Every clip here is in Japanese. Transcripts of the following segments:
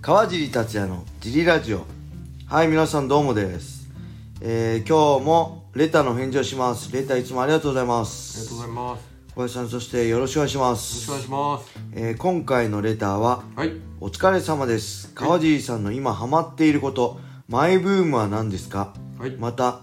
川尻達也のジリラジオはい皆さんどうもです、えー、今日もレターの返事をしますレターいつもありがとうございまありがとうすございます。よ小林さんそしてよろしくお願いしますろしくお願いします。えー今回のレターははい。お疲れ様です川尻さんの今ハマっていることマイブームは何ですか、はいまた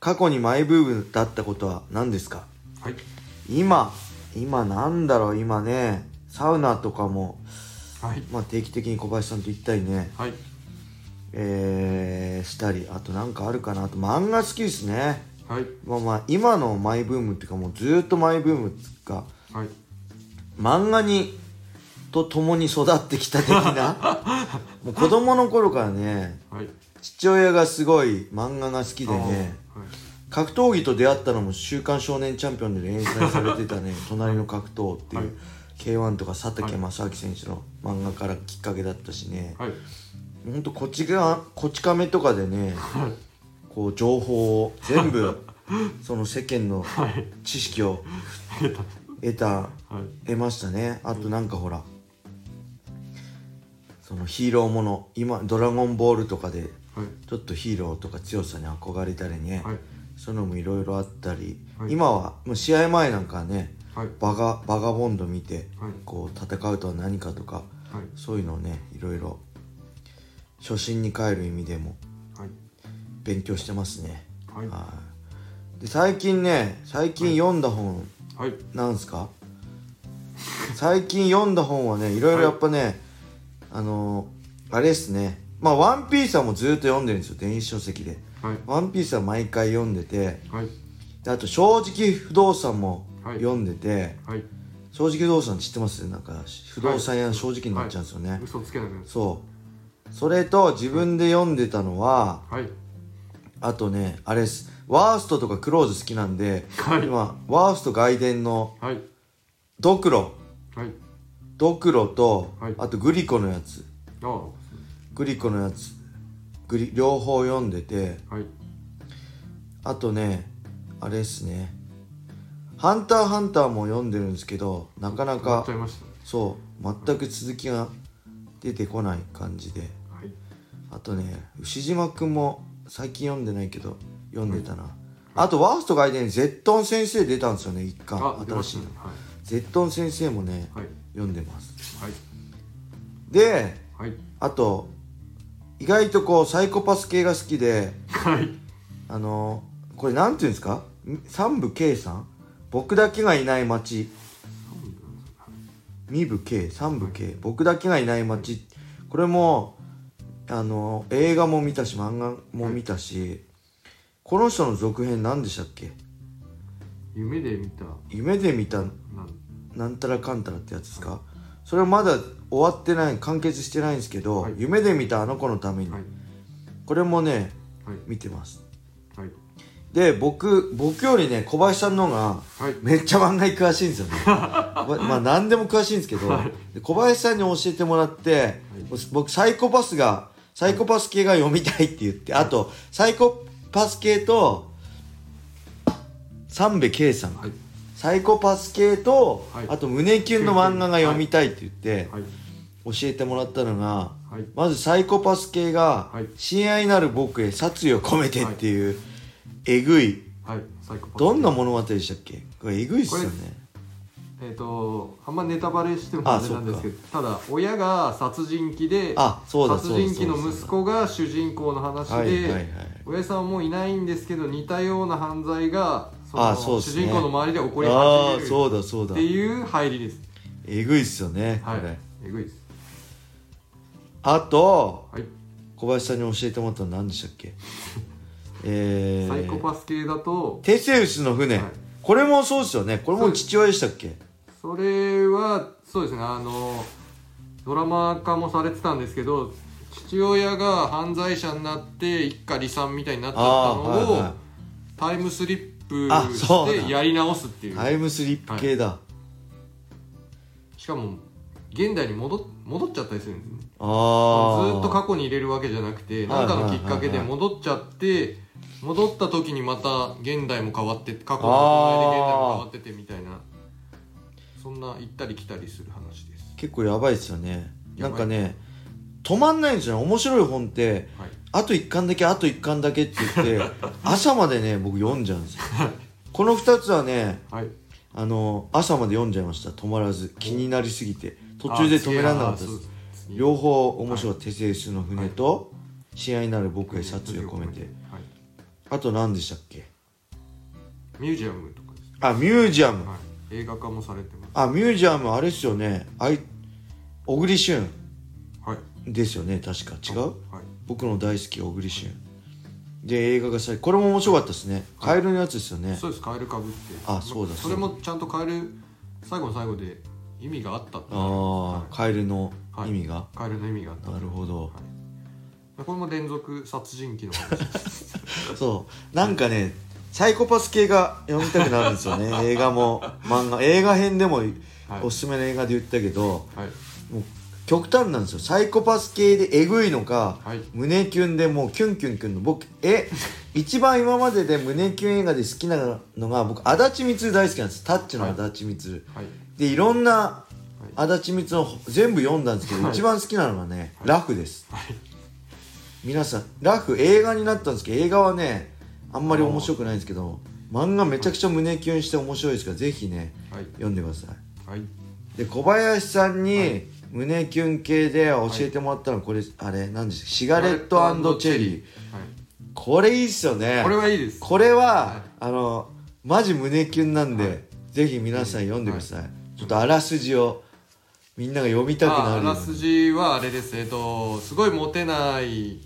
過去にマイブームだったことは何ですかはい。今今なんだろう今ねサウナとかも、はい。まあ、定期的に小林さんと行ったりねはい。えー、したりあとなんかあるかなあと漫画好きですねはい。まあまあ今のマイブームっていうかもうずーっとマイブームっていうかはい。漫画にと共に育ってきた的 なもう子供の頃からねはい。父親がすごい漫画が好きでね格闘技と出会ったのも「週刊少年チャンピオン」で連載されてた ね「隣の格闘」っていう、はい k 1とか佐竹正明選手の漫画からきっかけだったしね、はい。はい。ほんとこっちがこっち亀とかでねはい。こう情報を全部 その世間のはい。知識をえっと得たはい。得ましたねあとなんかほらそのヒーローもの今「ドラゴンボール」とかではい。ちょっとヒーローとか強さに憧れたりね、はい。そういうのもいろいろあったり、はい今はもう試合前なんかはねはい。バガバガボンド見て、はいこう戦うとは何かとかはい。そういうのをねいろいろ初心に帰る意味でもはい。勉強してますね、はい。はいで最近ね最近読んだ本、はい。なんすか最近読んだ本はねいろいろやっぱね、あのーあれですねまあ「ワンピースはもうずっと読んでるんですよ電子書籍ではい。 「ワンピースは毎回読んでてはい。であと「正直不動産」もはい読んでて「はい。正直不動産」知ってますなんか不動産屋の正直になっちゃうんですよね、嘘つけないでです。そうそれと自分で読んでたのははい。あとねあれですワーストとかクローズ好きなんで、はい今ワースト外伝のはい。ドクロはい。ドクロと、はいあとグリコのやつああ。はグリコのやつグリ両方読んでてい。あとねあれですね「ハンターハンター」も読んでるんですけどなかな終わっかちゃいました。そう全く続きが出てこない感じではい。あとね牛島くんも最近読んでないけど読んでたな、あとワースト外伝ゼットン先生出たんですよね一巻あ、出新まししいのたね。はゼットン先生もねい。はい。読んでますはい。ではい。あと意外とこうサイコパス系が好きではい。あのこれなんていうんですかん三部 K さん僕だけがいない街二部 K 三部 K 僕だけがいない街これもあの映画も見たし漫画も見たしこの人の続編何でしたっけ夢で見た、夢で見たなん、なんたらかんたらってやつですかそれまだ終わってない完結してないんですけどはい夢で見たあの子のためにはい。これもねはい。見てますはい。で僕僕よりね小林さんの方がはい。めっちゃ漫画に詳しいんです よねままあ何でも詳しいんですけど、はいで小林さんに教えてもらって、僕サイコパスがサイコパス系が読みたいって言って、あとサイコパス系と三部圭さん、はい。サイコパス系と、はいあと胸キュンの漫画が読みたいって言って、はい。教えてもらったのがはい。まずサイコパス系がはい「親愛なる僕へ殺意を込めて」っていう、えぐいはい。サイコパス。どんな物語でしたっけこれえぐいっすよねえー、とあんまネタバレしてもあれなんですけどただ親が殺人鬼であそうだ殺そうだ人鬼の息子が主人公の話で、はいはいはい親さんはもういないんですけど似たような犯罪がそのあそうっす主ね人公の周りで起こりああー始めそるうだそうっだていう入りですえぐいっすよねこはれ、いえぐいですあとはい、小林さんに教えてもらったの何でしたっ けえサイコーパス系だとテセウスの船、はいこれもそうですよねこれも父親でしたっけそれはそうですねあのドラマ化もされてたんですけど父親が犯罪者になって一家離散みたいになっちゃったのを、あーはいはいタイムスリップあそうだしてやり直すっていうタイムスリップ系だ、しかも現代に戻っ戻っちゃったりするんですねあずあーっと過去に入れるわけじゃなくてはいはい何はかいのきっかけで戻っちゃって戻った時にまた現代も変わって過去のあー時代で現代も変わっててみたいなそんな行ったり来たりする話です結構やばいですよねなんかね止まんないんですよね面白い本ってはいあと一巻だけあと一巻だけって言 って朝までね僕読んじゃうんですよこの2つはねはいあの朝まで読んじゃいました止まらず気になりすぎて途中で止められなかったですす両方面白い、テセウスの船と、試合になる僕へ殺意を込めて、はい、あと何でしたっけミュージアムとかですね、あミュージアム、はい、映画化もされてまあミュージアムあれっすよねあい小栗旬すはいですよね確か違うはい僕の大好き小栗旬で映画がさこれも面白かったですね、カエルのやつですよねそうですカエルかぶってあそうだそれもちゃんとカエル最後の最後で意味があったってああ、カエルの意味が、カエルの意味があったなるほど、はい、これも連続殺人鬼の話です そうなんかねサイコパス系が読みたくなるんですよ ね映画も漫画映画編でもはいおすすめの映画で言ったけど、はいもう極端なんですよサイコパス系でえぐいのか、はい胸キュンでもうキュンキュンキュンの僕え 一番今までで胸キュン映画で好きなのが僕足立光大好きなんです「タッチ」の足立光、はいでいろんなはい足立光の全部読んだんですけど、はい一番好きなのがね「ラフ」ですはい皆さんラフ映画になったんですけど映画はねあんまり面白くないんですけど漫画めちゃくちゃ胸キュンして面白いですからぜひねはい読んでくださはいいで小林さんに胸キュン系で教えてもらったのこれあれ何ですかシガレットチェリーはいこれいいっすよねこれはいいですこれははいあのマジ胸キュンなんはいでぜひ皆さん読んでくださいちょっとあらすじをみんなが読みたくあなあるよらうすにじはあれですえっとすごいモテない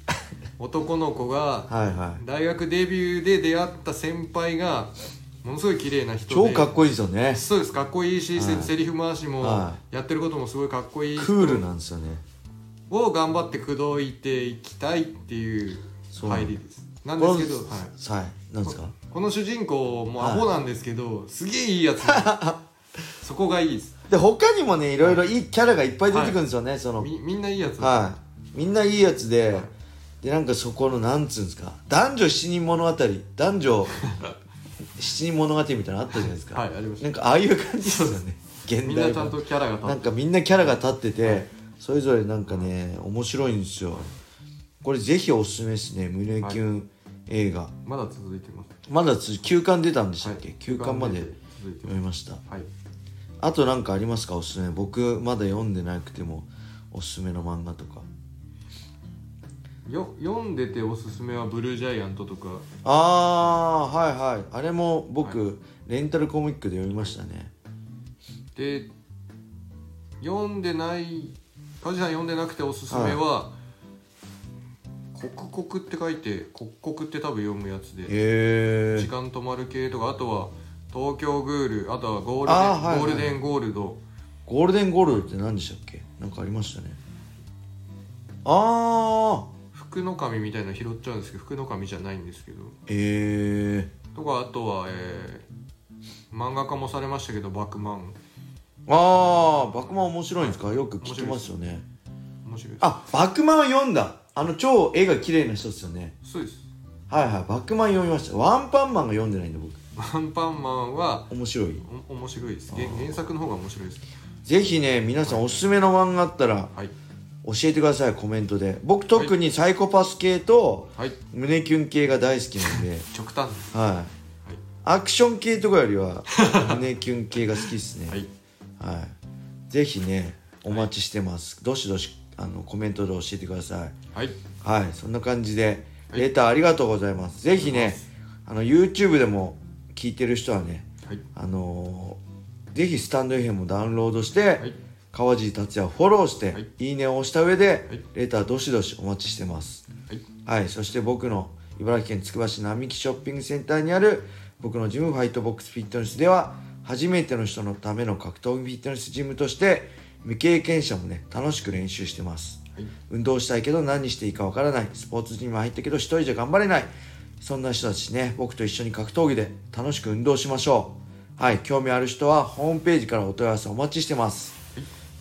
男の子がはいはい大学デビューで出会った先輩がものすごい綺麗な人で超かっこいいですよねそうですかっこいいし、はいセリフ回しも、はやってることもすごいかっこいいクールなんですよねを頑張って口説いていきたいっていうそう入りですなんですけど、はい、さいなんですかこの主人公もアホなんですけど、すげえいいやつなんですそこがいいですで他にもねいろいろいいキャラがいっぱい出てくるんですよね、そのみみんないいやつなんではいみんないいやつで、でなんかそこのなんつうんですか男女七人物語男女七人物語みたいなのあったじゃないですかはいありましたなんかああいう感じですよね現す代みんなちゃん版とキャラが立なっんてかみんなキャラが立ってて、それぞれなんかね面白いんですよこれぜひおすすめですね胸キュン映画、まだ続いてますまだつ9巻出たんでしたっけ、9巻まで続いてま読みましたすはいあとなんかありますかおすすめ僕まだ読んでなくてもおすすめの漫画とかよ読んでておすすめはブルージャイアントとかああはいはいあれも僕、レンタルコミックで読みましたねで読んでない梶さん読んでなくておすすめは「刻々」って書いて「刻々」って多分読むやつでへ時え間止まる系とかあとは「東京グール」あとはゴールデン、あーはいはいゴールデンゴールドゴールデンゴールドって何でしたっけなんかありましたねああ」福の神みたいなの拾っちゃうんですけど福の神じゃないんですけどええとかあとは、えー漫画化もされましたけど「バクマンああバクマン面白いんですかよく聞きますよね」面白いですあバクマンは読んだあの超絵が綺麗な人ですよねそうですはいはいバクマン読みましたワンパンマンが読んでないんで僕アンパンマンは面白いお面白いです原原作の方が面白いですぜひね皆さんおすすめの漫画あったらはい教えてくださいコメントで僕特にサイコパス系とはい胸キュン系が大好きなんで極端ですはいアクション系とかよりは胸キュン系が好きですねはい、はい、ぜひねお待ちしてます、どしどしあのコメントで教えてくださいはい、はいそんな感じではいレターありがとうございますぜひありねがとうあの YouTube でも聞いてる人はねはい、あのーぜひスタンド FM もダウンロードして、はい、川尻達也をフォローして、はいい、いねを押した上で、はいレターどしどしお待ちしてますはい、はいそして僕の茨城県つくば市並木ショッピングセンターにある僕のジムファイトボックスフィットネスでは初めての人のための格闘技フィットネスジムとして未経験者もね楽しく練習してますはい、運動したいけど何していいかわからないスポーツジム入ったけど一人じゃ頑張れないそんな人たちね僕と一緒に格闘技で楽しく運動しましょうはい興味ある人はホームページからお問い合わせお待ちしてます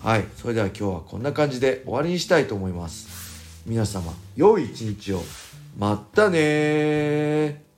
はいそれでは今日はこんな感じで終わりにしたいと思います皆様良い一日をまったねー